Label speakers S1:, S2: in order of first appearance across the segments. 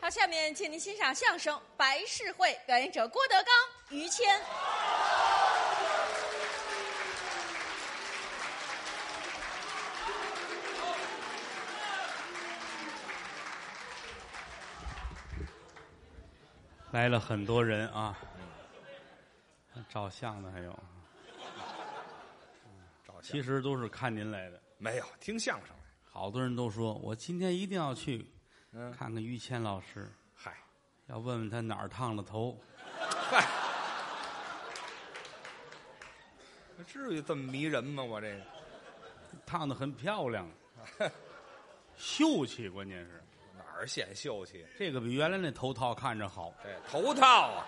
S1: 好，下面请您欣赏相声《白事会》，表演者郭德纲、于谦。
S2: 来了很多人啊，照相的还有，
S3: 照相
S2: 其实都是看您来的。
S3: 没有听相声来。
S2: 好多人都说我今天一定要去
S3: 嗯，
S2: 看看于谦老师，
S3: 嗨，
S2: 要问问他哪儿烫了头。
S3: 嗨，至于这么迷人吗？我这个
S2: 烫的很漂 亮，秀气，关键是
S3: 哪儿显秀气？
S2: 这个比原来那头套看着好。
S3: 这头套啊，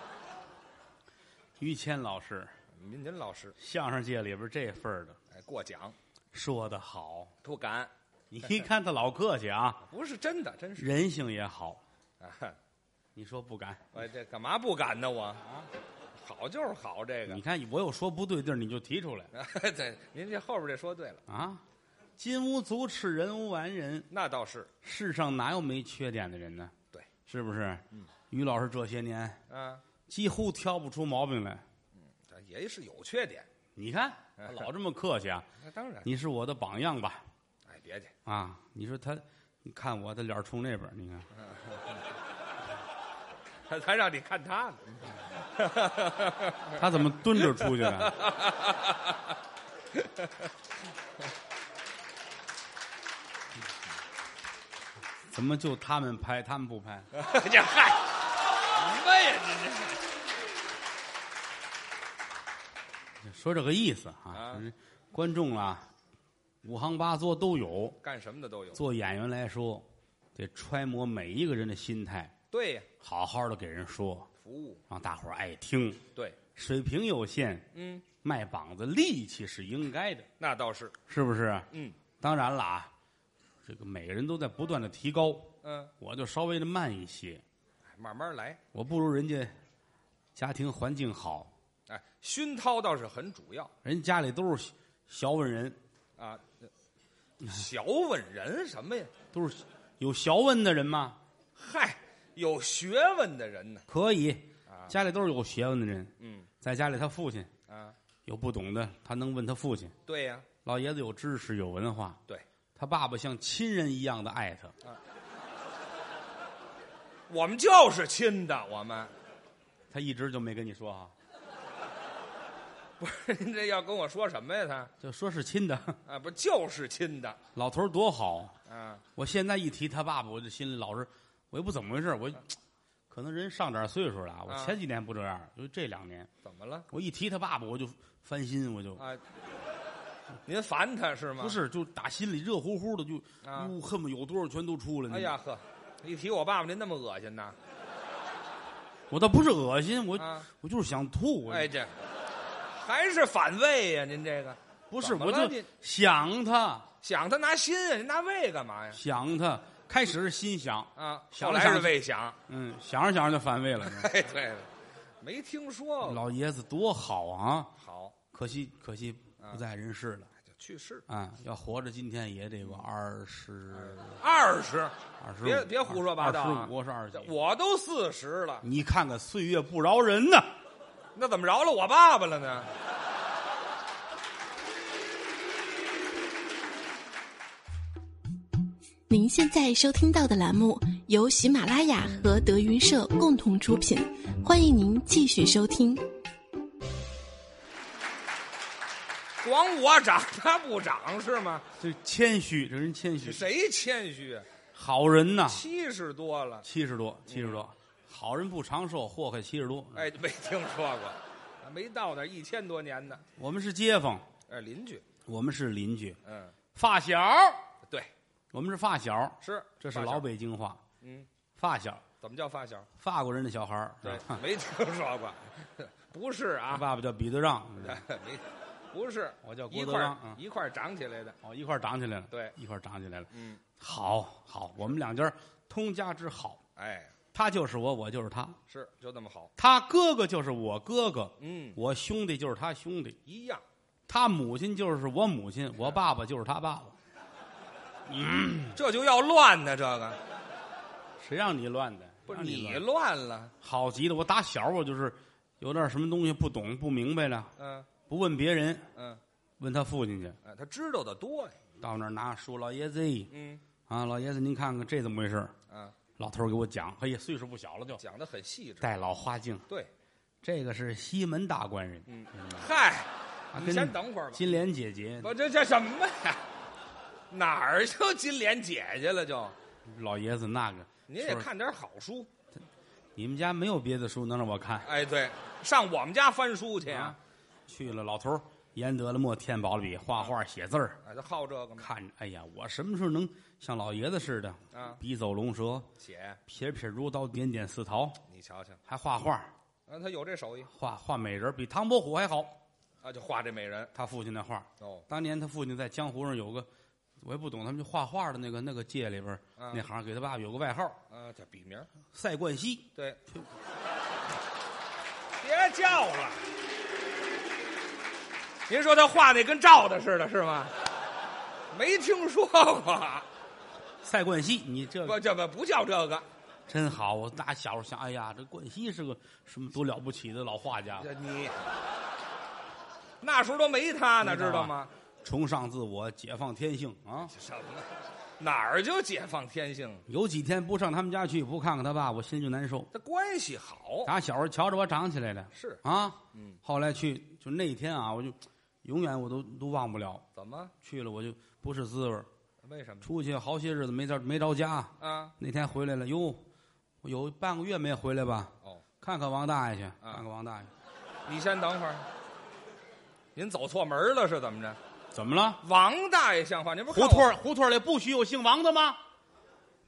S2: 于谦老师，
S3: 您您老师
S2: 相声界里边这份儿的，
S3: 哎过奖
S2: 说的好，
S3: 不敢，
S2: 你一看他老客气 啊，
S3: 不是真的，真是
S2: 人性也好。
S3: 啊！
S2: 你说不敢？
S3: 我这干嘛不敢呢？我啊，好就是好，这个
S2: 你看我有说不对地儿，你就提出来
S3: 哎 对，您这后边这说对了，
S2: 啊。金无足赤，人无完人，
S3: 那倒是
S2: 世上哪有没缺点的人呢？
S3: 对，嗯
S2: 是不是？于老师这些年
S3: 啊，
S2: 几乎挑不出毛病来。
S3: 这也是有缺点，
S2: 你 看老这么客气啊，
S3: 那当然。
S2: 你是我的榜样吧？
S3: 哎，别介，
S2: 啊，你说他，你看我的脸儿冲那边儿，你看
S3: 还还让你看他呢，
S2: 他怎么蹲着出去
S3: 哎
S2: 的？ 怎么就他们拍，他们不拍？
S3: 这嗨，什么呀？这这。
S2: 说这个意思啊
S3: 啊，
S2: 就是观众啊，五行八作都有。
S3: 干什么的都有。
S2: 做演员来说，得揣摩每一个人的心态，
S3: 对呀，
S2: 好好的给人说，
S3: 服务
S2: 让大伙儿爱听。
S3: 对，
S2: 水平有限，
S3: 嗯，
S2: 卖膀子力气是应该的，
S3: 那倒是，
S2: 是不是？
S3: 嗯
S2: 当然了啊，这个每个人都在不断的提高，
S3: 嗯，
S2: 我就稍微的慢一些，
S3: 慢慢来。
S2: 我不如人家家庭环境好，
S3: 哎，熏陶倒是很主要
S2: 人家里都是小文人，
S3: 啊。小问人什么呀？
S2: 都是有学问的人嘛，
S3: 嗨，有学问的人呢。
S2: 可以
S3: 啊，
S2: 家里都是有学问的人，
S3: 嗯
S2: 在家里他父亲
S3: 啊，
S2: 有不懂的，他能问他父亲，
S3: 对呀、
S2: 老爷子有知识有文化，
S3: 对，
S2: 他爸爸像亲人一样的爱他，
S3: 我们就是亲的，我们
S2: 他一直就没跟你说啊，
S3: 不是您这要跟我说什么呀？他
S2: 就说是亲的，
S3: 啊，不就是亲的
S2: 老头儿多好，
S3: 啊？
S2: 我现在一提他爸爸，我就心里老是，我也不怎么回事儿，我可能人上点儿岁数了啊，我
S3: 啊
S2: 前几年不这样儿，就这两年，
S3: 怎么了
S2: 我一提他爸爸我就翻心，我就
S3: 啊？您烦他是吗？
S2: 不，是就打心里热乎乎的，就
S3: 啊
S2: 呜恨不得有多少全都出来。
S3: 哎呀，呵，一提我爸爸您那么恶心呐？
S2: 我倒不是恶心，我
S3: 啊
S2: 我就是想吐，我
S3: 哎，这还是反胃呀、您这个
S2: 不是
S3: 怎么
S2: 我
S3: 了
S2: 就
S3: 你
S2: 想他
S3: 想他拿心啊，您拿胃干嘛呀？
S2: 想他，开始是心想，
S3: 啊，
S2: 想
S3: 后
S2: 了
S3: 来
S2: 想
S3: 是
S2: 去
S3: 胃想。
S2: 嗯，想着想着就反胃了。
S3: 哎，对了，没听说过。
S2: 老爷子多好啊，
S3: 好，
S2: 可惜可惜
S3: 嗯
S2: 不在人世了。
S3: 就去世
S2: 啊，要活着今天也得个二十
S3: 二十，
S2: 二十五，
S3: 嗯别别胡说八道
S2: 二
S3: 啊
S2: 十五我是二十
S3: 这
S2: 几，
S3: 我都四十了，
S2: 你看看岁月不饶人呐！
S3: 那怎么饶了我爸爸了呢？
S4: 您现在收听到的栏目由喜马拉雅和德云社共同出品，欢迎您继续收听。
S3: 光我长， 他不长是吗？
S2: 这谦虚，这人谦虚，
S3: 谁谦虚啊？
S2: 好人呐，
S3: 七十多嗯了，
S2: 七十多，七十多，好人不长寿，祸害七十多。
S3: 哎，没听说过，啊没到那一千多年呢。
S2: 我们是街坊，
S3: 哎，邻居，
S2: 我们是邻居，
S3: 嗯，
S2: 发小，
S3: 对，
S2: 我们是发小，
S3: 是，
S2: 这是
S3: 发小
S2: 老，北京话，
S3: 嗯，
S2: 发小，
S3: 怎么叫 发小？
S2: 法国人的小孩儿，
S3: 对
S2: 是吧，
S3: 没听说过， 不是
S2: 他
S3: 啊，
S2: 爸爸叫彼得让，
S3: 没，不是，
S2: 我叫
S3: 一
S2: 郭德
S3: 块
S2: 纲
S3: 儿，
S2: 嗯
S3: 一块儿长起来的，
S2: 哦，一块儿长起来了，
S3: 对
S2: 一块儿长起来了，
S3: 嗯，
S2: 好好，我们两家儿通家之好，
S3: 哎，
S2: 他就是我，我就是他，
S3: 是就那么好，
S2: 他哥哥就是我哥哥，
S3: 嗯，
S2: 我兄弟就是他兄弟，
S3: 一样，
S2: 他母亲就是我母亲，我爸爸就是他爸爸。
S3: 这就要乱呢，这个
S2: 谁让你乱的？
S3: 不是
S2: 让你
S3: 你
S2: 乱
S3: 乱了，
S2: 好极了！我打小我就是有点什么东西不懂不明白了，
S3: 嗯
S2: 不问别人，
S3: 嗯，
S2: 问他父亲去。
S3: 哎他知道的多呀，
S2: 到那儿拿书，老爷子
S3: 嗯
S2: 啊，老爷子您看看这怎么回事儿？
S3: 啊，
S2: 老头儿给我讲，哎呀，岁数不小了就
S3: 讲的很细致，
S2: 戴老花镜，
S3: 对，
S2: 这个是西门大官人，
S3: 嗯，嗨，
S2: 啊
S3: 你
S2: 跟
S3: 先等会儿吧
S2: 金莲姐姐，
S3: 我这叫什么呀？ 哪儿就金莲姐姐了就？
S2: 老爷子那个，
S3: 您也
S2: 说，
S3: 看点好书，
S2: 你们家没有别的书能让我看？
S3: 哎，对，上我们家翻书去
S2: 啊
S3: 啊！
S2: 去了，老头儿研得了墨，添饱了笔，画画写字儿，
S3: 哎，他好这个嘛，
S2: 看着，哎呀，我什么时候能像老爷子似的
S3: 啊
S2: 笔走龙蛇，
S3: 写
S2: 撇撇如刀，点点似桃，
S3: 你瞧瞧，
S2: 还画画，
S3: 啊，他有这手艺
S2: 画画美人儿比唐伯虎还好。
S3: 啊，就画这美人
S2: 他父亲那画，
S3: 哦，
S2: 当年他父亲在江湖上有个，我也不懂，他们就画画的那个那个界里边儿、
S3: 啊
S2: 那行，给他爸有个外号
S3: 啊，叫笔名儿，
S2: 赛冠希。
S3: 对， 别叫了。您说他画那跟照的似的，是吗？没听说过，
S2: 赛冠希，你这
S3: 不叫不不叫这个，
S2: 真好！我打小时候想，哎呀，这冠希是个什么多了不起的老画家，
S3: 这你 那时候都没他呢，
S2: 知道
S3: 知道吗？
S2: 崇尚自我，解放天性啊！
S3: 什么？哪儿就解放天性？
S2: 有几天不上他们家去，不看看他爸，我心就难受。
S3: 他关系好
S2: 打小时候瞧着我长起来的，
S3: 是
S2: 啊，
S3: 嗯，
S2: 后来去就那一天啊，我就永远我都都忘不了。
S3: 怎么？
S2: 去了我就不是滋味儿
S3: 为什么？
S2: 出去好些日子没着没着家，
S3: 啊，
S2: 那天回来了，哟，我有半个月没回来吧？
S3: 哦，
S2: 看看王大爷去，看看王大爷，
S3: 你先等会儿。您走错门了是怎么着？
S2: 怎么了？
S3: 王大爷像话，您不是
S2: 胡
S3: 告
S2: 同儿胡同儿里不许有姓王的吗？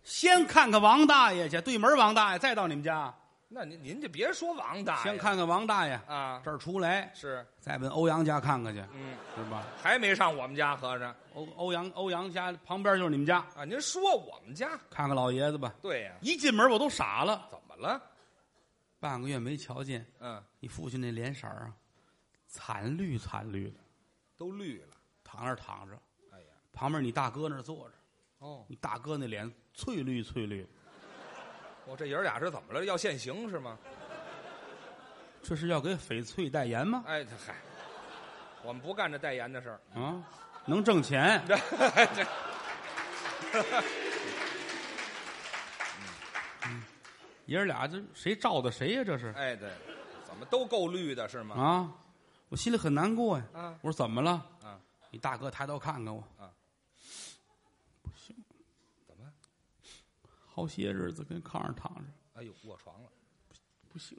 S2: 先看看王大爷去，对门儿王大爷，再到你们家，
S3: 那您您就别说王大爷，
S2: 先看看王大爷
S3: 啊，
S2: 这儿出来，
S3: 是，
S2: 再奔欧阳家看看去，
S3: 嗯，
S2: 是吧？
S3: 还没上我们家合着
S2: 欧欧阳欧阳家旁边就是你们家，
S3: 啊？您说我们家？
S2: 看看老爷子吧。
S3: 对呀、
S2: 一进门我都傻了，
S3: 怎么了？
S2: 半个月没瞧见
S3: 嗯，
S2: 你父亲那脸色儿啊，惨绿惨绿的，
S3: 都绿了。
S2: 躺那儿躺着，
S3: 哎呀，
S2: 旁边你大哥那儿坐着。
S3: 哦，
S2: 你大哥那脸翠绿翠绿，
S3: 我哦这爷儿俩是怎么了？要现行是吗？
S2: 这是要给翡翠代言吗？
S3: 哎，这嗨，我们不干这代言的事儿。
S2: 啊，能挣钱，
S3: 这 这
S2: 爷儿俩这谁照的谁呀、这是
S3: 哎，对，怎么都够绿的是吗？
S2: 啊，我心里很难过呀、
S3: 啊
S2: 我说怎么了？
S3: 啊，
S2: 你大哥抬头看看我。
S3: 啊，
S2: 不行，
S3: 怎么？
S2: 好些日子跟炕上躺着，
S3: 哎呦，卧床了，
S2: 不行。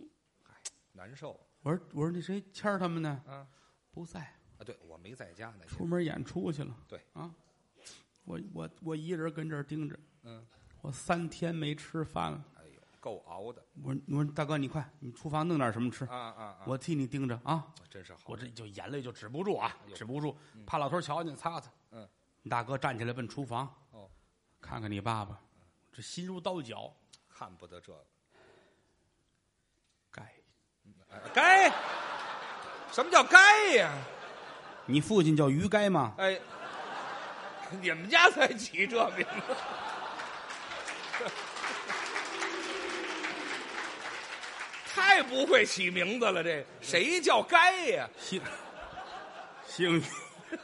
S3: 难受
S2: 我说我说那谁谦儿他们呢？
S3: 啊
S2: 不在，
S3: 啊！对我没在家呢，
S2: 出门演出去了。
S3: 对
S2: 啊，我我我一人跟这儿盯着，
S3: 嗯，
S2: 我三天没吃饭了。
S3: 哎呦，够熬的
S2: 我说我说大哥你快，你厨房弄点什么吃，
S3: 啊啊啊！
S2: 我替你盯着啊。
S3: 真是好，
S2: 我这就眼泪就止不住啊
S3: 哎，呦
S2: 止不住，怕老头瞧见，擦擦。
S3: 嗯，
S2: 你大哥站起来奔厨房，
S3: 哦，
S2: 看看你爸爸，这心如刀绞。
S3: 看不得这个。
S2: 该，
S3: 哎该，什么叫该呀、
S2: 你父亲叫于该吗？
S3: 哎， 你们家才起这名字。 太不会起名字了，这谁叫该呀、
S2: 姓，姓于，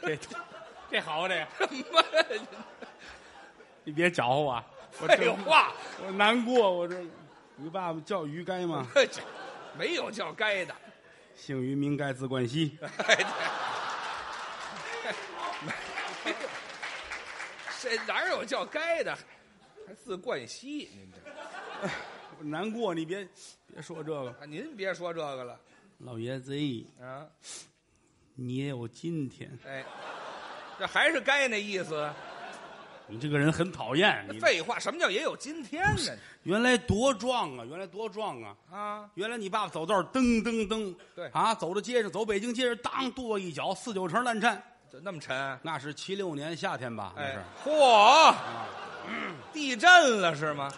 S2: 这这好这，
S3: 什么
S2: 你别搅和我，啊我
S3: 废
S2: 这
S3: 话？
S2: 我难过，我这你爸爸叫于该吗？
S3: 这没有叫该的，
S2: 姓于，名该，字冠希。
S3: 哎这谁哪有叫该的？还自冠希，您这
S2: 我难过，你别别说这个，
S3: 啊，您别说这个了
S2: 老爷子，哎
S3: 啊！
S2: 你也有今天。
S3: 哎，这还是该那意思。
S2: 你这个人很讨厌，你
S3: 废话，什么叫也有今天呢？
S2: 原来多壮啊，原来多壮啊！
S3: 啊，
S2: 原来你爸爸走道儿噔噔噔，
S3: 对
S2: 啊，走到街上，走北京街上，当跺一脚，四九城烂颤。
S3: 就那么沉？
S2: 那是七六年夏天吧？那
S3: 哎
S2: 是，
S3: 嚯，
S2: 啊
S3: 地震了是吗？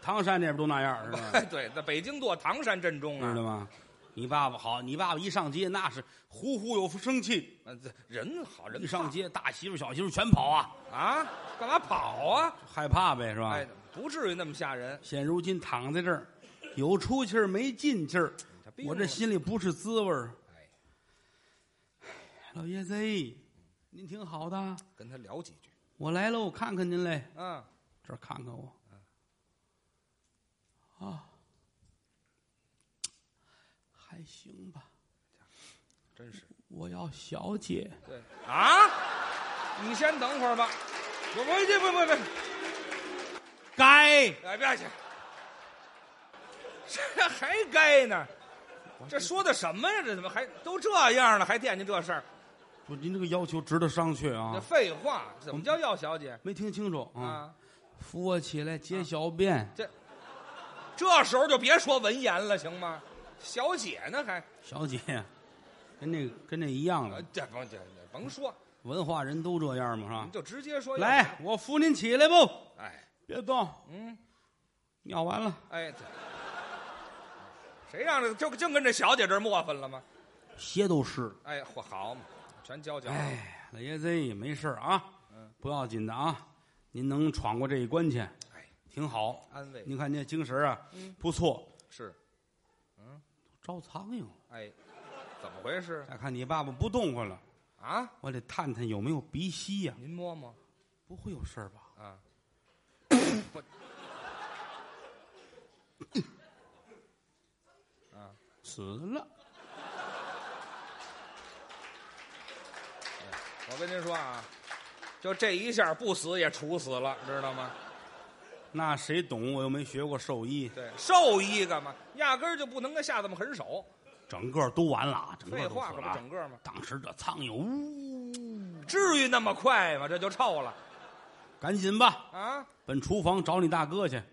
S2: 唐山那边都那样，是 吧？
S3: 对，在北京剁唐山震中
S2: 知道
S3: 啊，
S2: 吗？你爸爸好，你爸爸一上街那是呼呼有生气，
S3: 嗯这人好人
S2: 一上街大媳妇小媳妇全跑啊，
S3: 啊，干嘛跑啊？
S2: 害怕呗是吧？
S3: 哎，不至于那么吓人。
S2: 现如今躺在这儿，有出气儿没进气儿
S3: 他，病了
S2: 我这心里不是滋味儿。
S3: 哎，
S2: 老爷子，哎您挺好的，
S3: 跟他聊几句
S2: 我来喽，看看您来，
S3: 啊，
S2: 这儿看看我。啊，还行吧。
S3: 真是
S2: 我要小姐，
S3: 对啊。你先等会儿吧，我不去，不不不，
S2: 该
S3: 哎，别去，这还该呢。这说的什么呀？这怎么还都这样了，还惦记这事儿？
S2: 不，您这个要求值得商榷
S3: 这
S2: 啊！
S3: 废话，怎么叫药小姐
S2: 没听清楚啊！
S3: 啊？
S2: 扶我起来，解小便。
S3: 这时候就别说文言了，行吗？小姐呢还？
S2: 小姐，跟那跟那一样
S3: 呃
S2: 的，，
S3: 这甭这这甭说，
S2: 文化人都这样嘛，是吧
S3: 你？就直接说要
S2: 来，我扶您起来不？
S3: 哎
S2: 别动，
S3: 嗯
S2: 尿完了，
S3: 哎，对谁让这就净跟这小姐这儿磨粉了吗？
S2: 鞋都湿了。
S3: 哎，嚯，好嘛，全交交。
S2: 哎，老爷子没事儿啊
S3: 嗯，
S2: 不要紧的啊，您能闯过这一关去，
S3: 哎，
S2: 挺好。
S3: 安慰
S2: 您看这精神啊，
S3: 嗯
S2: 不错。
S3: 是，
S2: 招苍蝇了，
S3: 哎，怎么回事
S2: 再看你爸爸不动换了，
S3: 啊？
S2: 我得探探有没有鼻息呀、
S3: 您摸摸
S2: 不会有事儿吧？
S3: 啊？不，啊
S2: 死了，
S3: 我跟您说啊，就这一下不死也处死了，知道吗？
S2: 那谁懂？我又没学过兽医，
S3: 对，兽医干嘛？压根儿就不能跟下这么狠手。
S2: 整个都完了啊，整
S3: 废
S2: 个都
S3: 话，
S2: 死
S3: 可
S2: 了
S3: 不
S2: 啊。
S3: 整个吗？
S2: 当时这苍蝇，呜，
S3: 至于那么快吗？这就臭了
S2: 赶紧吧，
S3: 啊！
S2: 奔厨房找你大哥去。
S3: 啊，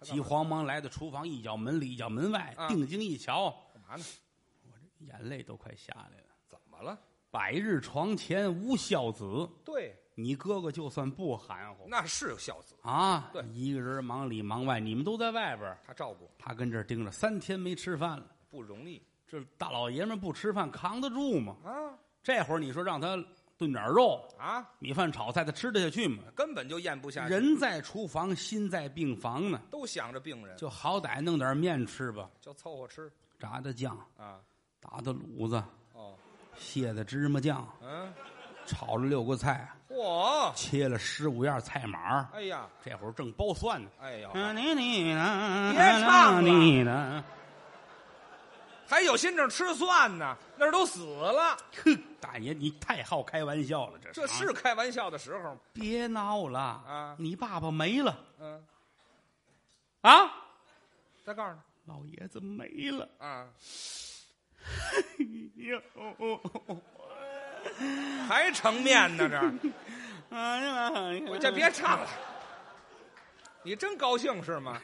S3: 他干
S2: 急
S3: 嘛
S2: 慌忙来到厨房，一脚门里一脚门外，
S3: 啊
S2: 定睛一瞧，
S3: 干嘛呢？
S2: 眼泪都快下来了。
S3: 怎么了？
S2: 百日床前无孝子，
S3: 对，
S2: 你哥哥就算不含糊
S3: 那是有孝子，
S2: 啊
S3: 对，
S2: 一个人忙里忙外，你们都在外边儿，
S3: 他照顾
S2: 他跟这儿盯着，三天没吃饭了。
S3: 不容易
S2: 这大老爷们不吃饭扛得住吗？
S3: 啊
S2: 这会儿你说让他炖点儿肉，
S3: 啊，
S2: 米饭炒菜，他吃得下去吗？
S3: 根本就咽不下去，
S2: 人在厨房，心在病房呢，
S3: 都想着病人，就
S2: 就好歹弄点面吃吧，
S3: 就凑合吃
S2: 炸的酱，
S3: 啊。
S2: 打的卤子，
S3: 哦，
S2: 蟹的芝麻酱，
S3: 嗯，
S2: 炒了六个菜，
S3: 嚯，
S2: 切了十五样菜码儿
S3: 哎呀，
S2: 这会儿正剥蒜呢。
S3: 哎呀，
S2: 啊你你呢？
S3: 别唱了
S2: 你呢？
S3: 还有心情吃蒜呢，那儿都死了，
S2: 哼，大爷，你太好开玩笑了，这
S3: 这
S2: 啊
S3: 是开玩笑的时候吗？
S2: 别闹了
S3: 啊
S2: 你爸爸没了
S3: 嗯，
S2: 啊，
S3: 再告诉你
S2: 老爷子没了。哎
S3: 啊，
S2: 哟，
S3: 还盛面呢这儿，
S2: 哎呀，
S3: 我这别唱了， 你真高兴是吗？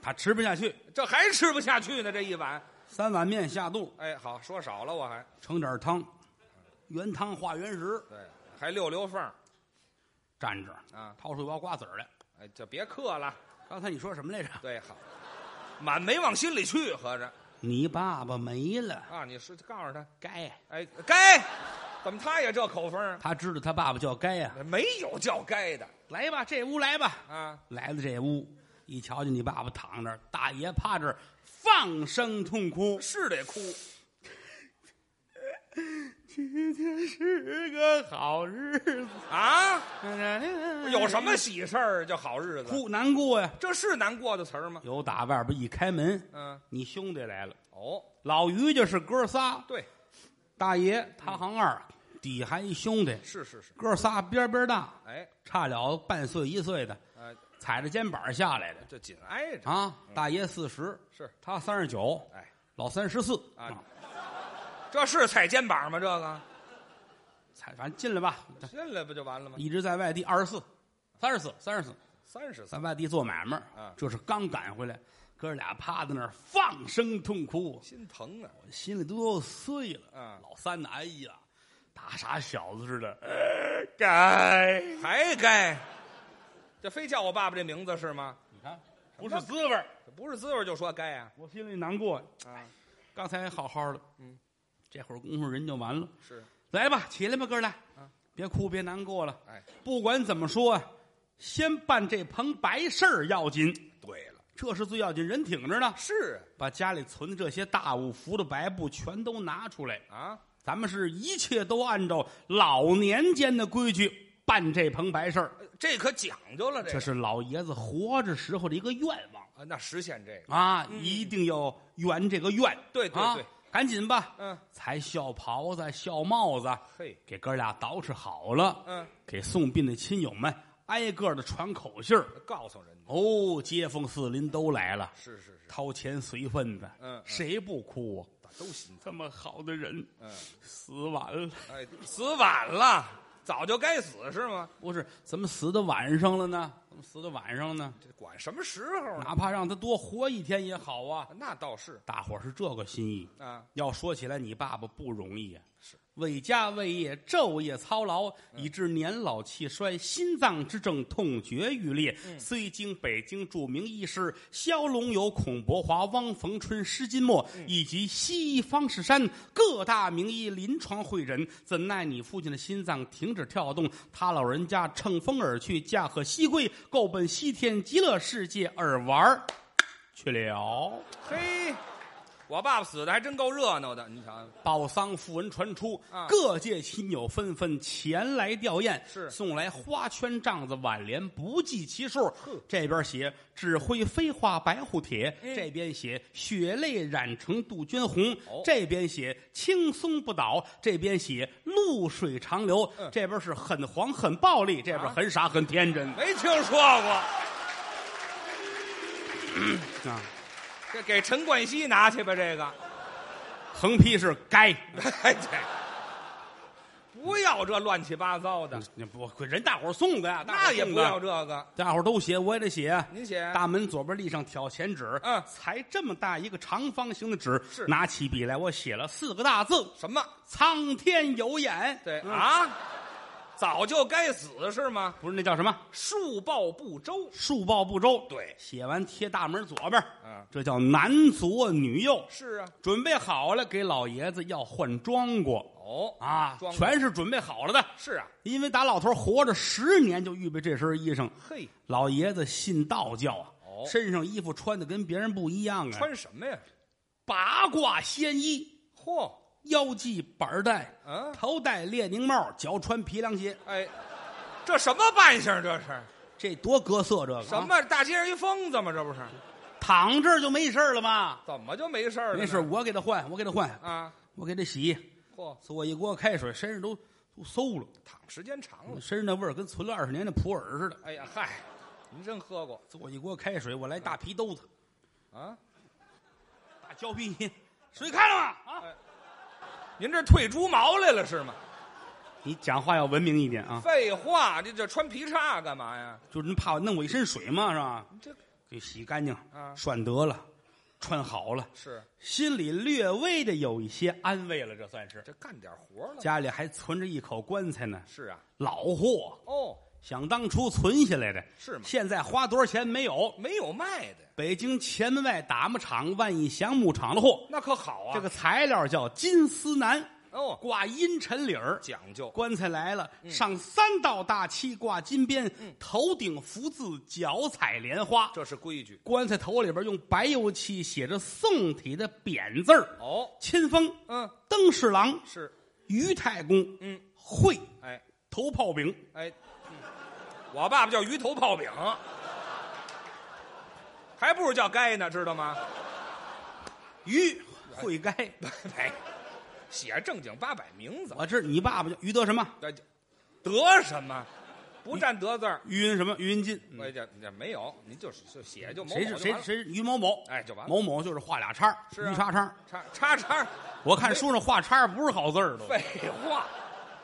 S2: 他吃不下去，
S3: 这还吃不下去呢，这一碗。
S2: 三碗面下肚，
S3: 哎，好，说少了我还
S2: 盛点汤，原汤化原食，
S3: 对，还溜溜缝儿
S2: 站着
S3: 啊
S2: 掏出一包瓜子儿来。
S3: 哎，就别嗑了。
S2: 刚才你说什么来着？
S3: 对，好，满没往心里去，合着
S2: 你爸爸没了，
S3: 啊，你是告诉他，
S2: 该
S3: 哎，该，怎么他也这口风儿？
S2: 他知道他爸爸叫该呀、
S3: 没有叫该的
S2: 来吧，这屋来吧，
S3: 啊，
S2: 来了这屋，一瞧见你爸爸躺那儿，大爷趴这儿放声痛哭。
S3: 是得哭。
S2: 今天是个好日子，
S3: 啊，有什
S2: 么
S3: 么喜事儿叫好日子？，
S2: 哭难过呀？
S3: 这是难过的词儿吗？
S2: 有打外边一开门，
S3: 嗯，
S2: 你兄弟来了。
S3: 哦，
S2: 老于家是哥仨，
S3: 对，
S2: 大爷他行二，底下还一兄弟，
S3: 是是是，
S2: 哥仨边边大，
S3: 哎，
S2: 差了半岁一岁的，
S3: 呃，
S2: 踩着肩膀下来的
S3: 这紧挨着
S2: 啊。大爷四十，
S3: 是，
S2: 他三十九，
S3: 哎，
S2: 老三十四
S3: 啊，这是踩肩膀吗？这个
S2: 踩反正进来吧，
S3: 进来不就完了吗？
S2: 一直在外地二十四、三十四、三十四，嗯
S3: 三十
S2: 在
S3: 岁，
S2: 外地做买卖
S3: 啊，
S2: 这是刚赶回来，哥俩趴在那儿放声痛哭，
S3: 心疼啊！
S2: 心里都要碎了。
S3: 嗯
S2: 老三呢，哎呀，大傻小子似的，呃该
S3: 还该，这非叫我爸爸这名字是吗？
S2: 你看不是滋味儿
S3: 这不是滋味就说该啊
S2: 我心里难过。
S3: 啊，
S2: 刚才好好的，
S3: 嗯，
S2: 这会儿功夫人就完了。
S3: 是
S2: 来吧，起来吧，哥俩
S3: 啊，
S2: 别哭，别难过了。
S3: 哎，
S2: 不管怎么说啊，先办这棚白事儿要紧，
S3: 对了，
S2: 这是最要紧，人挺着呢。
S3: 是
S2: 把家里存的这些大物、服的白布全都拿出来，
S3: 啊，
S2: 咱们是一切都按照老年间的规矩办这棚白事儿。
S3: 这可讲究了，这
S2: 这
S3: 个
S2: 是老爷子活着时候的一个愿望
S3: 啊，那实现这个，
S2: 啊，一定要圆这个愿。
S3: 嗯对对
S2: 啊
S3: 对，
S2: 赶紧吧，
S3: 嗯，
S2: 裁孝袍子、孝帽子，
S3: 嘿，
S2: 给哥俩捯饬好了，
S3: 嗯，
S2: 给送殡的亲友们挨个的传口信儿。
S3: 告诉人家，
S2: 哦，街坊四邻都来了，
S3: 是是是，
S2: 掏钱随份子，
S3: 嗯嗯
S2: 谁不哭啊？
S3: 咋都心疼，
S2: 这么好的人，
S3: 嗯，
S2: 死晚了，
S3: 哎，死晚了，早就该死是吗？
S2: 不是怎么死到晚上了呢？怎么死到晚上呢？
S3: 这管什么时候呢？
S2: 哪怕让他多活一天也好啊！
S3: 那倒是
S2: 大伙儿是这个心意。
S3: 啊，
S2: 要说起来，你爸爸不容易啊，
S3: 是
S2: 为家为业昼夜操劳，以致年老气衰、心脏之症痛绝欲裂。虽经北京著名医师肖龙友、孔伯华、汪逢春、施金墨、以及西方士山各大名医临床会诊，怎奈你父亲的心脏停止跳动，他老人家乘风而去，驾鹤西归，够奔西天极乐世界而玩儿去了。
S3: 嘿，我爸爸死的还真够热闹的，你瞧瞧，
S2: 报丧讣文传出，
S3: 啊
S2: 各界亲友纷纷前来吊唁，
S3: 是
S2: 送来花圈、帐子、挽联，不计其数。这边写“指挥飞花白虎帖”，
S3: 哎
S2: 这边写“血泪染成杜鹃红”，
S3: 哦
S2: 这边写“青松不倒”，这边写“露水长流”，
S3: 嗯
S2: 这边是很黄很暴力，这边
S3: 啊
S2: 很傻很天真
S3: 没听说过，
S2: 啊。
S3: 这给陈冠希拿去吧，这个，
S2: 横批是“该
S3: 哎对，不要这乱七八糟”，的，
S2: 你啊不人大伙儿送的呀，大伙儿
S3: 那也
S2: 送
S3: 不
S2: 的
S3: 要这个，
S2: 大伙儿都写，我也得写。
S3: 您写
S2: 大门左边立上挑钱纸，
S3: 嗯
S2: 裁这么大一个长方形的纸，
S3: 是
S2: 拿起笔来，我写了四个大字：
S3: 什么？
S2: 苍天有眼。
S3: 对、
S2: 嗯，
S3: 啊，早就该死是吗？
S2: 不是那叫什么
S3: 树报不周，
S2: 树报不周。
S3: 对
S2: 写完贴大门左边，
S3: 嗯
S2: 这叫男左女右。
S3: 是啊，
S2: 准备好了，给老爷子要换装过
S3: 哦
S2: 啊
S3: 装，
S2: 全是准备好了的。
S3: 是啊，
S2: 因为打老头活着十年就预备这身衣裳，
S3: 嘿，
S2: 老爷子信道教啊，
S3: 哦
S2: 身上衣服穿的跟别人不一样啊，
S3: 穿什么呀？
S2: 八卦仙衣，
S3: 嚯，
S2: 腰系板带，
S3: 嗯
S2: 头戴列宁帽，脚穿皮凉鞋，
S3: 哎，这什么扮相？这是
S2: 这多格色！这个
S3: 什
S2: 啊
S3: 么？大街上一疯子吗？这不是？
S2: 躺这儿就没事儿了吗？
S3: 怎么就没事儿了呢？
S2: 没事，我给他换，我给他换，
S3: 啊？
S2: 我给他洗，
S3: 嚯，
S2: 做一锅开水，身上都都馊了，
S3: 躺时间长了，
S2: 身上那味儿跟存了二十年的普洱似的。
S3: 哎呀，嗨，您真喝过
S2: 做一锅开水，我来大皮兜子，
S3: 啊？
S2: 大胶皮，水开了吗？啊，
S3: 您这退猪毛来了是吗？
S2: 你讲话要文明一点啊，
S3: 废话，这这穿皮叉干嘛呀？
S2: 就是您怕我弄我一身水嘛，是吧？
S3: 这
S2: 给洗干净，
S3: 啊
S2: 涮得了，穿好了。
S3: 是
S2: 心里略微的有一些安慰了，这算是
S3: 这干点活了？
S2: 家里还存着一口棺材呢，
S3: 是啊，
S2: 老货，
S3: 哦，
S2: 想当初存下来的，
S3: 是吗
S2: 现在花多少钱没有？
S3: 没有卖的，
S2: 北京前门外打木厂万义祥木厂的货，
S3: 那可好啊。
S2: 这个材料叫金丝楠，
S3: 哦，
S2: 挂阴沉里儿。
S3: 讲究
S2: 棺材来了，
S3: 嗯
S2: 上三道大漆，挂金边，头顶福字，脚踩莲花。
S3: 这是规矩
S2: 棺材头里边用白油漆写着宋体的匾字儿，
S3: 哦。
S2: 亲封，
S3: 嗯，
S2: 登侍郎，
S3: 是，
S2: 于太公，
S3: 嗯，
S2: 会
S3: 哎
S2: 头泡饼，
S3: 哎，我爸爸叫鱼头泡饼，还不如叫该呢，知道吗？
S2: 于会该。
S3: 哎，写正经八百名字，
S2: 我知你爸爸叫于德什么？
S3: 这得什么？不占得字儿，
S2: 于云什么？于云金。
S3: 我这这没有，您就是就写就
S2: 嗯
S3: 某
S2: 谁是
S3: 某就
S2: 谁
S3: 完了
S2: 谁是于某某？
S3: 哎就完了
S2: 某某就是画俩叉儿，
S3: 是啊
S2: 于叉叉。
S3: 叉叉叉，
S2: 我看书上画叉儿不是好字儿都。
S3: 废话，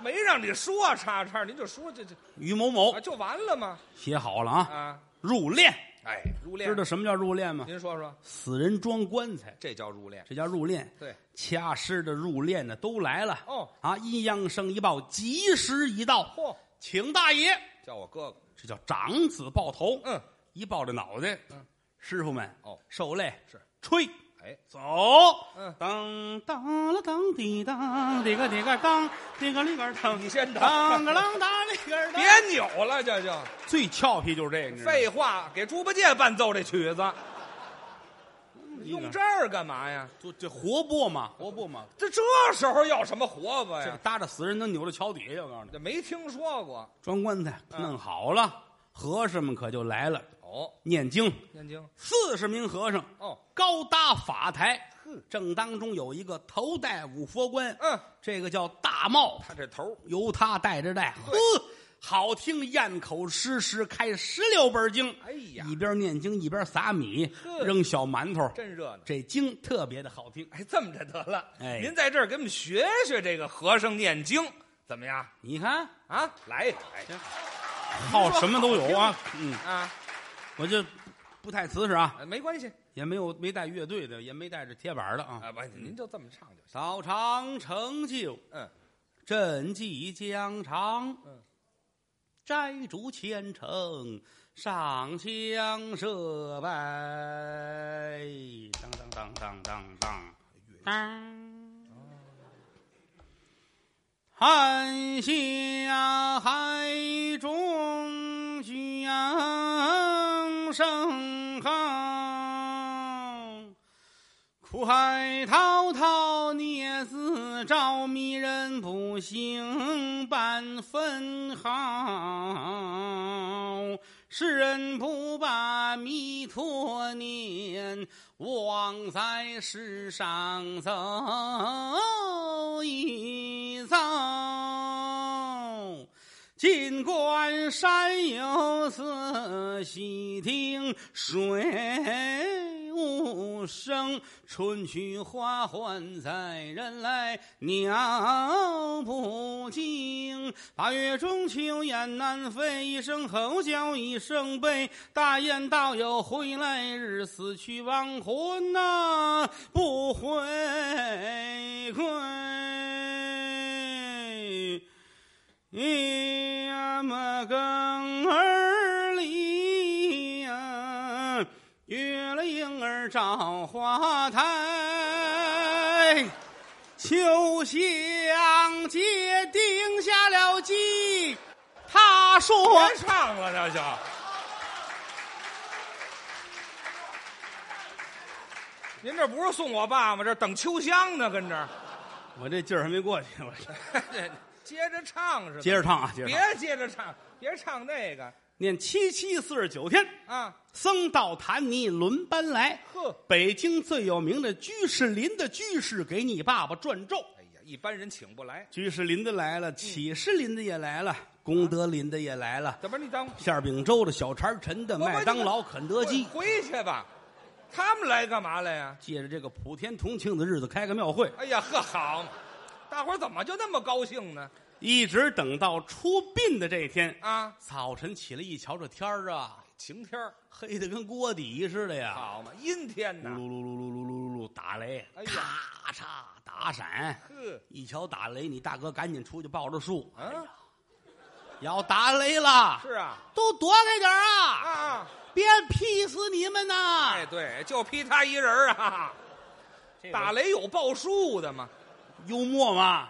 S3: 没让你说叉叉，您就说这这
S2: 于某某
S3: 啊就完了吗？
S2: 写好了啊，
S3: 啊，
S2: 入殓。
S3: 哎，入殓嗯
S2: 知道什么叫入殓吗？
S3: 您说说，
S2: 死人装棺材，
S3: 这叫入殓？
S2: 这叫入殓。
S3: 对，
S2: 掐尸的、入殓的都来了。
S3: 哦
S2: 啊，阴阳生一报，吉时一到，
S3: 嚯，
S2: 请大爷。
S3: 叫我哥哥，
S2: 这叫长 子抱头。
S3: 嗯，
S2: 一抱着脑袋，嗯，师傅们
S3: 哦
S2: 受累
S3: 是
S2: 吹，
S3: 哎，
S2: 走
S3: 嗯，
S2: 当当了当滴当，滴个滴个当，滴个哩个当，
S3: 你先
S2: 当
S3: 当
S2: 个啷当哩个当。
S3: 别扭了，这就
S2: 最俏皮就是这个，你知道吗
S3: 废话，给猪八戒伴奏这曲子，用这儿干嘛呀？
S2: 就这活泼嘛，活泼嘛，
S3: 这这时候要什么活泼
S2: 这个
S3: 呀？
S2: 搭着死人能扭到桥底下，我告诉你，嗯
S3: 这没听说过
S2: 装棺材弄好了，和尚们可就来了，
S3: 哦，
S2: 念经，
S3: 念经
S2: 四十名和尚
S3: 哦，
S2: 高搭法台，正当中有一个头戴五佛冠，
S3: 嗯，
S2: 这个叫大帽，
S3: 他这头
S2: 由他带着带，呵，好听咽口诗诗开十六本经，
S3: 哎呀
S2: 一边念经一边撒米，
S3: 呵
S2: 扔小馒头，
S3: 真热闹。
S2: 这经特别的好听。
S3: 哎，这么着得了，
S2: 哎
S3: 您在这儿给我们学学这个和尚念经怎么样
S2: 你看，
S3: 啊？来一个，哎
S2: 好什么都有啊，嗯，
S3: 啊，
S2: 我就不太瓷实啊，
S3: 呃没关系
S2: 也没有没带乐队的，也没带着铁板的啊。
S3: 啊，不，您就这么唱就行。
S2: 早尝成就，
S3: 嗯，
S2: 朕即将尝
S3: 嗯，
S2: 摘竹千层上香设拜，当当当当当当当。汉下海中响声好。苦海滔滔，孽自招，迷人不醒半分好。世人不把弥陀念，枉在世上走一遭。尽管山有色，细听水无声。春去花还在，人来鸟不惊。八月中秋雁南飞，一声吼叫一声悲。大雁道有回来日，死去亡魂呐、不回归。呀么更儿离呀，月了影儿照花台，秋香街定下了计。他说
S3: 别唱了，这就您这不是送我爸吗？这等秋香呢，跟 这儿，：“
S2: 我这劲儿还没过去，我
S3: 接着唱是吧？
S2: 接着唱啊，接着唱
S3: 别接着唱，别唱那个
S2: 念七七四十九天，
S3: 啊！
S2: 僧道坛尼轮班来。
S3: 呵
S2: 北京最有名的居士林的居士给你爸爸转咒。”
S3: 哎呀，一般人请不来。
S2: 居士林的来
S3: 嗯
S2: 了，起士林的也来了，功德林的也来了，
S3: 怎么你当
S2: 馅饼粥的、小馋陈的、
S3: 不
S2: 麦当劳、肯德基。
S3: 回去吧？他们来干嘛来呀？
S2: 借着这个普天同庆的日子开个庙会，
S3: 哎呀，呵好嘛，大伙儿怎么就那么高兴呢？
S2: 一直等到出殡的这一天。
S3: 啊，
S2: 早晨起来一瞧，这天儿啊，
S3: 晴天儿
S2: 黑的跟锅底似的呀！
S3: 好嘛，阴天
S2: 噜噜
S3: 呐。
S2: 噜噜噜噜噜噜打雷，
S3: 啊哎呀
S2: 咔嚓打闪。
S3: 呵，
S2: 一瞧打雷，你大哥赶紧出去抱着树。哎呀
S3: 啊，
S2: 要打雷了，
S3: 是啊，
S2: 都躲开点儿
S3: 啊
S2: 啊！
S3: 啊，
S2: 别劈死你们呐！
S3: 哎，对，就劈他一人儿啊。打雷有报数的吗？
S2: 幽默嘛，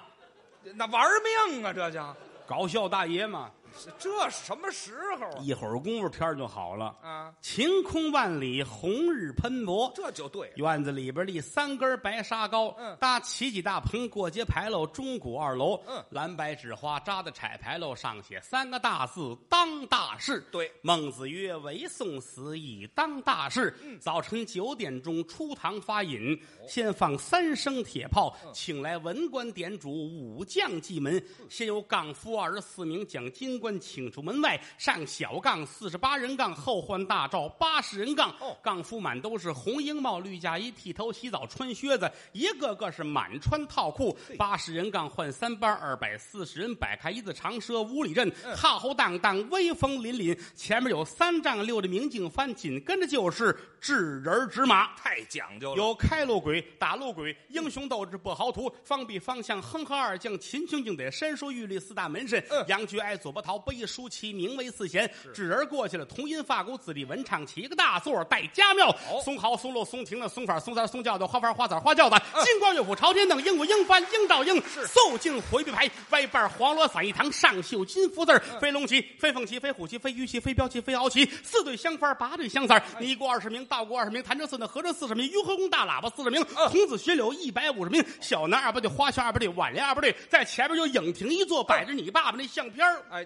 S3: 那玩命啊，这叫
S2: 搞笑大爷嘛，
S3: 这什么时候啊
S2: 一会儿功夫天儿就好了。
S3: 啊？
S2: 晴空万里，红日喷薄。
S3: 这就对了，
S2: 院子里边立三根白沙高，
S3: 嗯
S2: 搭起几大棚，过街牌楼，钟鼓二楼，
S3: 嗯
S2: 蓝白纸花扎的彩牌楼上写三个大字“当大事”。
S3: 对
S2: 孟子曰：“唯送死以当大事。
S3: 嗯
S2: 早晨九点钟出堂发引，
S3: 哦
S2: 先放三声铁炮，
S3: 嗯
S2: 请来文官点主，武将祭门。先由杠夫二十四名将金官请出门外，上小杠四十八人杠，后换大罩八十人杠。
S3: 哦
S2: 杠夫满都是红缨帽、绿嫁衣、剃头、洗澡、穿靴子，一个个是满穿套裤。八十人杠换三班，二百四十人摆开一字长蛇五里阵，浩浩荡荡，威风凛凛。前面有三丈六的明镜幡，紧跟着就是智人儿纸马。
S3: 太讲究了。
S2: 有开路鬼、打路鬼、英雄斗志不豪图、方必方向、哼和二将、秦琼敬得、山书玉立四大门神。
S3: 嗯
S2: 杨菊爱左伯桃、曹碑书其名为四贤，纸人过去了，同音发鼓，子弟文唱，起个大座，带家庙，松毫、松露、松亭的松法、松三、松教的花幡、花枣、花轿子，
S3: 嗯
S2: 金光乐府朝天凳，鹦鹉、鹰幡、鹰照鹰，奏镜回避牌，歪瓣黄罗伞一堂，上绣金福字儿，飞龙旗、飞凤旗、飞虎旗、飞鱼旗、飞镖旗、飞鳌旗，四对香幡儿，八对香伞儿，尼姑二十名，道姑二十名，潭柘寺的和尚四十名，雍和宫大喇叭四十名，孔子学柳一百五十名，小南二八队，花圈二八队，挽联二八队，在前面就影亭一座，摆着你爸爸那相片儿
S3: 哎，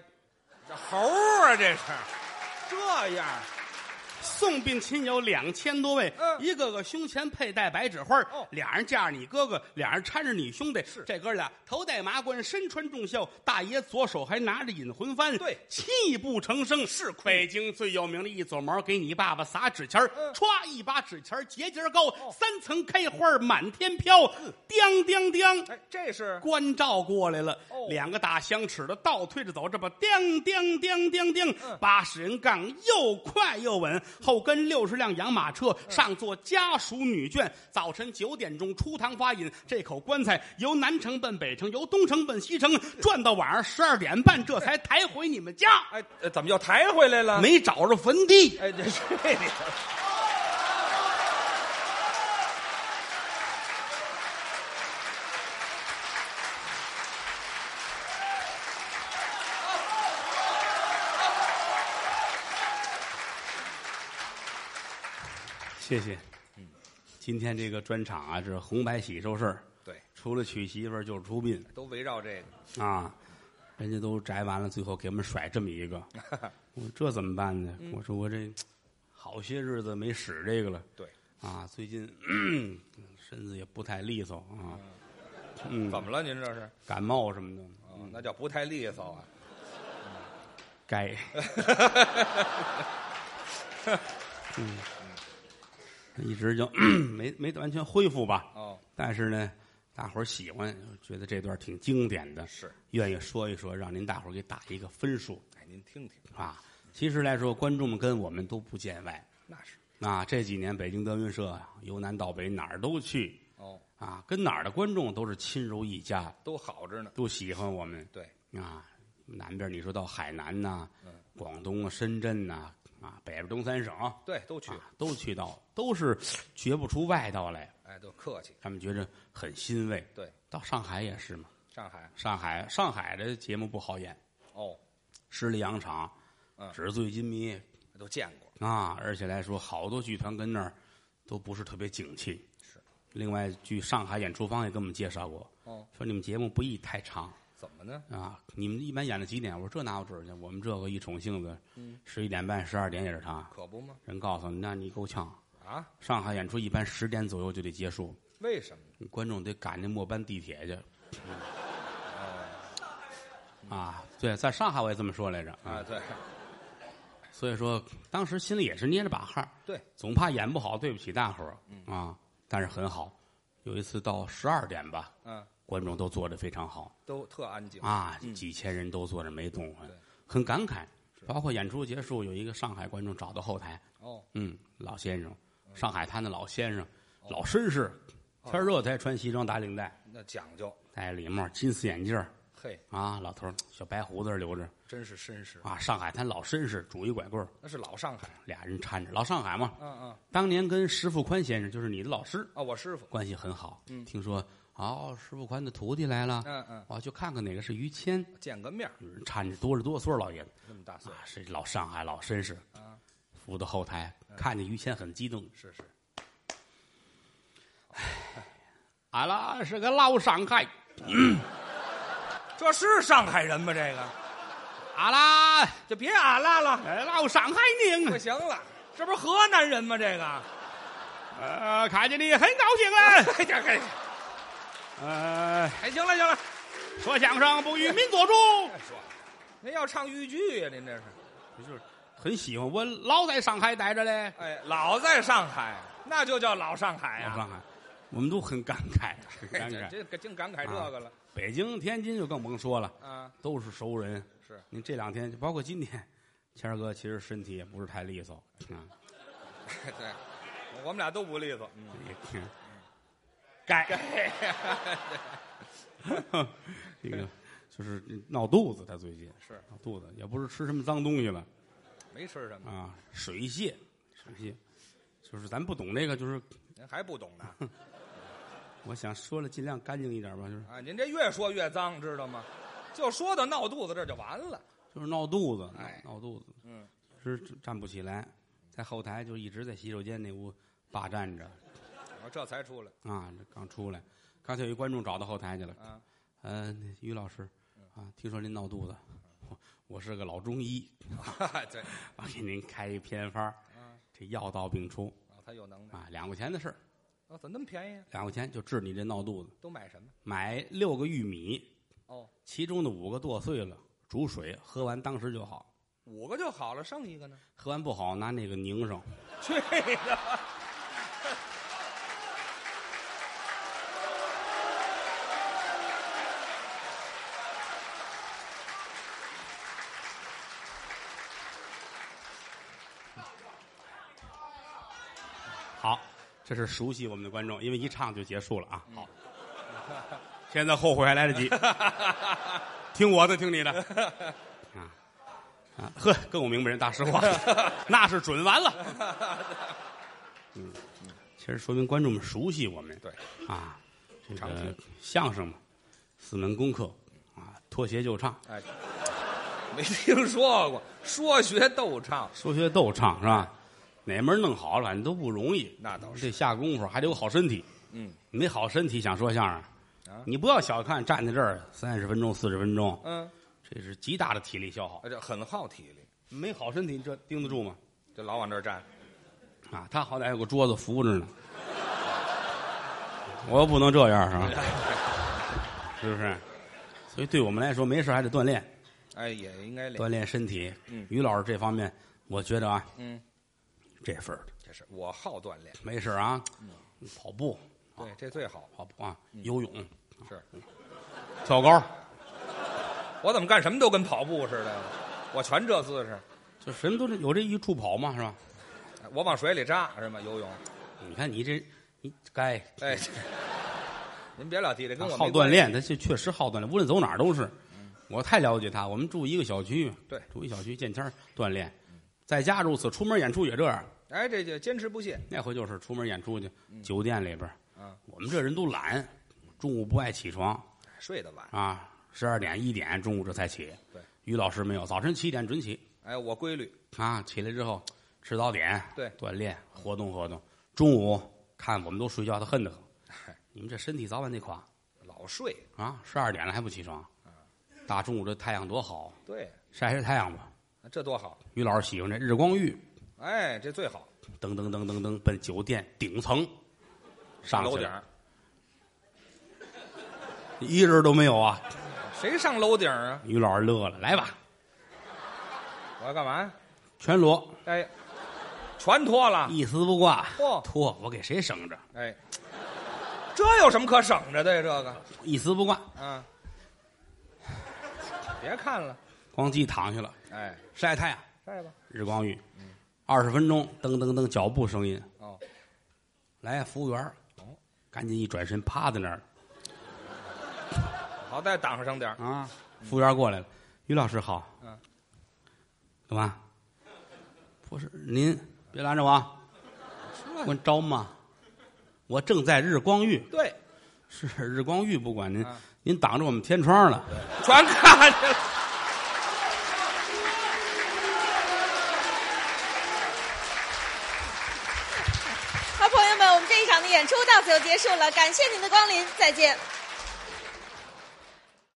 S3: 这猴儿啊，这是这样儿
S2: 送殡亲友两千多位，
S3: 嗯
S2: 一个个胸前佩戴白纸花儿
S3: 哦
S2: 俩人架着你哥哥，俩人搀着你兄弟，这哥俩头戴麻冠，身穿重孝，大爷左手还拿着引魂幡，
S3: 对
S2: 泣不成声。是北京最有名的一撮毛，给你爸爸撒纸钱儿，
S3: 嗯哦
S2: 歘、一把纸钱儿节节高，三层开花儿满天飘，
S3: 嗯
S2: 叮叮叮。
S3: 哎，这是
S2: 关照过来了，
S3: 哦
S2: 两个大香尺的倒推着走，这么叮叮叮叮叮
S3: 嗯，
S2: 八十人杠又快又稳，后跟六十辆洋马车，上座家属女眷。早晨九点钟出堂发引，这口棺材由南城奔北城，由东城奔西城，转到晚上十二点半，这才抬回你们家。
S3: 哎，呃怎么又抬回来了？
S2: 没找着坟地，
S3: 哎，这是这里头
S2: 谢谢。嗯今天这个专场啊，这是红白喜寿事儿
S3: 对，
S2: 除了娶媳妇儿就是出殡。
S3: 都围绕这个。
S2: 啊，人家都摘完了，最后给我们甩这么一个，我说这怎么办呢？我说我这好些日子没使这个了
S3: 对，
S2: 啊，最近 咳身子也不太利索啊，嗯，
S3: 怎么了？您这是？
S2: 感冒什么的，
S3: 哦，那叫不太利索啊。
S2: 该，嗯，一直就 咳没没完全恢复吧，
S3: 哦，
S2: 但是呢，大伙儿喜欢，觉得这段挺经典的，
S3: 是。
S2: 愿意说一说，让您大伙儿给打一个分数。
S3: 哎，您听听，
S2: 啊，其实来说，观众们跟我们都不见外。
S3: 那是。
S2: 啊，这几年北京德云社啊由南到北哪儿都去
S3: 哦，
S2: 啊，跟哪儿的观众都是亲如一家，
S3: 都好着呢。
S2: 都喜欢我们
S3: 对，
S2: 啊。南边你说到海南呐、
S3: 嗯
S2: 广东啊、深圳呐、啊，北边东三省啊，
S3: 对，都去。
S2: 啊都去到，都是绝不出外道来，
S3: 哎，都客气。
S2: 他们觉着很欣慰。
S3: 对，
S2: 到上海也是嘛，
S3: 上海。
S2: 上海上海的节目不好演，
S3: 哦，
S2: 十里洋场
S3: 嗯，
S2: 纸醉金迷，
S3: 都见过。
S2: 啊，而且来说，好多剧团跟那儿都不是特别景气。
S3: 是，
S2: 另外，据上海演出方也跟我们介绍过，
S3: 哦，
S2: 说你们节目不宜太长
S3: 怎么呢？
S2: 啊，你们一般演到几点？我说这哪有准儿去？我们这个一宠性子，十一点半、十二点也是他。
S3: 可不吗？
S2: 人告诉你，那你够呛。
S3: 啊？
S2: 上海演出一般十点左右就得结束，
S3: 为什么呢？
S2: 观众得赶那末班地铁去。
S3: 哦
S2: 啊，对，在上海我也这么说来着
S3: 啊，
S2: 啊，
S3: 对，
S2: 所以说当时心里也是捏着把汗儿，
S3: 对，
S2: 总怕演不好，对不起大伙儿啊。但是很好，有一次到十二点吧，
S3: 嗯，
S2: 观众都坐得非常好
S3: 都特安静。
S2: 啊，几千人都坐着没动换
S3: 对，
S2: 很感慨。包括演出结束，有一个上海观众找到后台，
S3: 哦，
S2: 嗯，老先生，上海滩的老先生，老绅士，天热他也穿西装打领带，
S3: 那讲究。
S2: 戴礼帽，金丝眼镜儿
S3: 嘿，
S2: 啊，老头儿小白胡子儿留着
S3: 真是绅士。
S2: 啊，上海滩老绅士拄一拐棍儿，
S3: 那是老上海。
S2: 俩人搀着老上海嘛，
S3: 嗯嗯。
S2: 当年跟石富宽先生就是你的老师，
S3: 啊，我师傅。
S2: 关系很好。听说哦，石富宽的徒弟来了，
S3: 嗯嗯。
S2: 我去看看哪个是于谦。
S3: 见个面儿，
S2: 有人搀着哆里哆嗦，老爷子
S3: 那么大岁
S2: 啊
S3: 数。，
S2: 是老上海老绅士
S3: 啊，
S2: 扶到后台，
S3: 嗯
S2: 看见于谦很激动。
S3: 是是。
S2: 俺啦是个老上海，
S3: 这是上海人吗？这个
S2: 俺啦
S3: 就别俺拉了，
S2: 呃老上海
S3: 不
S2: 人，
S3: 行了，这不是河南人吗？这个，
S2: 呃，看见你很高兴了。
S3: 哎呀嘿，
S2: 呃，
S3: 哎，行了行了，
S2: 说相声不与民做主，
S3: 再说，您要唱豫剧呀、啊您这是，
S2: 就是很喜欢我老在上海待着嘞。
S3: 哎，老在上海，那就叫老上海
S2: 老
S3: 哎呀、
S2: 上海，我们都很感慨，很
S3: 嘿
S2: 感
S3: 这
S2: 慨。
S3: 这个净感慨
S2: 啊
S3: 这个了
S2: 北京、天津就更甭说了，
S3: 啊，
S2: 都是熟人。
S3: 是
S2: 您这两天，包括今天，谦儿哥其实身体也不是太利索啊，
S3: 嗯对，我们俩都不利索，嗯，
S2: 也挺该
S3: 该
S2: 这个。就是闹肚子，他最近
S3: 是
S2: 闹肚子，也不是吃什么脏东西了
S3: 没吃什么，
S2: 啊，水蟹，水蟹，就是咱不懂这个，就是
S3: 您还不懂呢
S2: 我想说了尽量干净一点吧，就是
S3: 啊！您这越说越脏，知道吗？就说到闹肚子这儿就完了。
S2: 就是闹肚子，
S3: 哎
S2: 闹肚子
S3: 嗯，
S2: 是站不起来，在后台就一直在洗手间那屋霸占着
S3: 我这才出来
S2: 啊，这刚出来，刚才有一观众找到后台去了，
S3: 啊！
S2: 嗯、那于老师啊，听说您闹肚子，我我是个老中医，
S3: 对，
S2: 我给您开一偏方儿，
S3: 啊，
S2: 这药到病除
S3: 啊他有能耐。
S2: 啊，两块钱的事儿，
S3: 哦，怎么那么便宜啊？
S2: 两块钱就治你这闹肚子。
S3: 都买什么？
S2: 买六个玉米，
S3: 哦，
S2: 其中的五个剁碎了，煮水喝完当时就好，
S3: 五个就好了，剩一个呢？
S2: 喝完不好拿那个拧上。
S3: 去你的！
S2: 好，这是熟悉我们的观众，因为一唱就结束了啊。好，现在后悔还来得及，听我的，听你的，啊啊，呵，跟我明白人大实话，那是准完了。嗯， 其实说明观众们熟悉我们，
S3: 对
S2: 啊，这
S3: 常
S2: 个
S3: 听
S2: 相声嘛，四门功课啊，脱鞋就唱，
S3: 哎，没听说过，说学逗唱，
S2: 说学逗唱是吧？哪门弄好了，反正都不容易。
S3: 那倒是
S2: 这下功夫还得有好身体。
S3: 嗯，
S2: 没好身体想说相声
S3: 啊
S2: 你不要小看站在这儿三十分钟、四十分钟，
S3: 嗯，呃哎
S2: 这是极大的体力消耗。
S3: 这很耗体力，
S2: 没好身体，你这盯得住吗？
S3: 就老往这儿站。
S2: 啊，他好歹有个桌子扶着呢，我又不能这样是吧？是不是？所以对我们来说，没事还得锻炼，
S3: 哎，也应该练。
S2: 锻炼身体。
S3: 嗯
S2: 于老师这方面，我觉得啊，
S3: 嗯，
S2: 这份儿的
S3: 这是我好锻炼，
S2: 没事啊，
S3: 嗯
S2: 跑步，
S3: 对，这最好。
S2: 跑步啊，
S3: 嗯
S2: 游泳，
S3: 是
S2: 跳高，
S3: 我怎么干什么都跟跑步似的呀，我全这姿势，
S2: 就什么都是有这一助跑嘛，是吧？
S3: 哎我往水里扎是吗？游泳，
S2: 你看你这，你该
S3: 哎，这您别老提这跟我
S2: 好
S3: 没
S2: 锻
S3: 关系。
S2: 炼，他确确实好锻炼，无论走哪儿都是。我太了解他，我们住一个小区，
S3: 对
S2: 住一小区，见天儿锻炼，在家如此，出门演出也这样。
S3: 哎，这就坚持不懈。
S2: 那回就是出门演出去，酒店里边儿
S3: 嗯，
S2: 我们这人都懒，中午不爱起床
S3: 哎睡得晚，
S2: 啊，十二点一点中午这才起。
S3: 对，
S2: 于老师没有，早晨七点准起
S3: 哎，我规律，
S2: 啊，起来之后吃早点，
S3: 对
S2: 锻炼活动活动。中午看我们都睡觉，他恨得很
S3: 嗨。
S2: 你们这身体早晚得垮。
S3: 老睡，
S2: 啊，十二点了还不起床，大中午这太阳多好，
S3: 对，
S2: 晒晒太阳吧。
S3: 这多好，
S2: 于老师喜欢这日光浴，
S3: 哎，这最好，
S2: 噔噔噔噔噔，奔酒店顶层上去
S3: 楼顶
S2: 了
S3: 儿，
S2: 一人都没有啊。
S3: 谁上楼顶儿啊？
S2: 于老师乐了，来吧，
S3: 我要干嘛呀？
S2: 全裸，
S3: 哎，全脱了，
S2: 一丝不挂，
S3: 啊嚯
S2: 脱我给谁省着？
S3: 哎，这有什么可省着的呀？这个
S2: 一丝不挂，
S3: 啊，别看了，
S2: 咣叽躺下了，
S3: 哎，
S2: 晒太阳，
S3: 晒吧，
S2: 日光浴，二十分钟，噔噔噔，脚步声音，
S3: 嗯哦，
S2: 来服务员儿
S3: 哦，
S2: 赶紧一转身趴在那儿
S3: 好歹挡上点儿
S2: 啊，服务员过来了，于老师好，
S3: 嗯，
S2: 干嘛？不是您别拦着我啊，我招吗？我正在日光浴，
S3: 对，
S2: 是嗯日光浴，不管您，
S3: 啊
S2: 您挡着我们天窗了。
S3: 全看见了。
S1: 好，朋友们，我们这一场的演出到此就结束了，感谢您的光临，再见。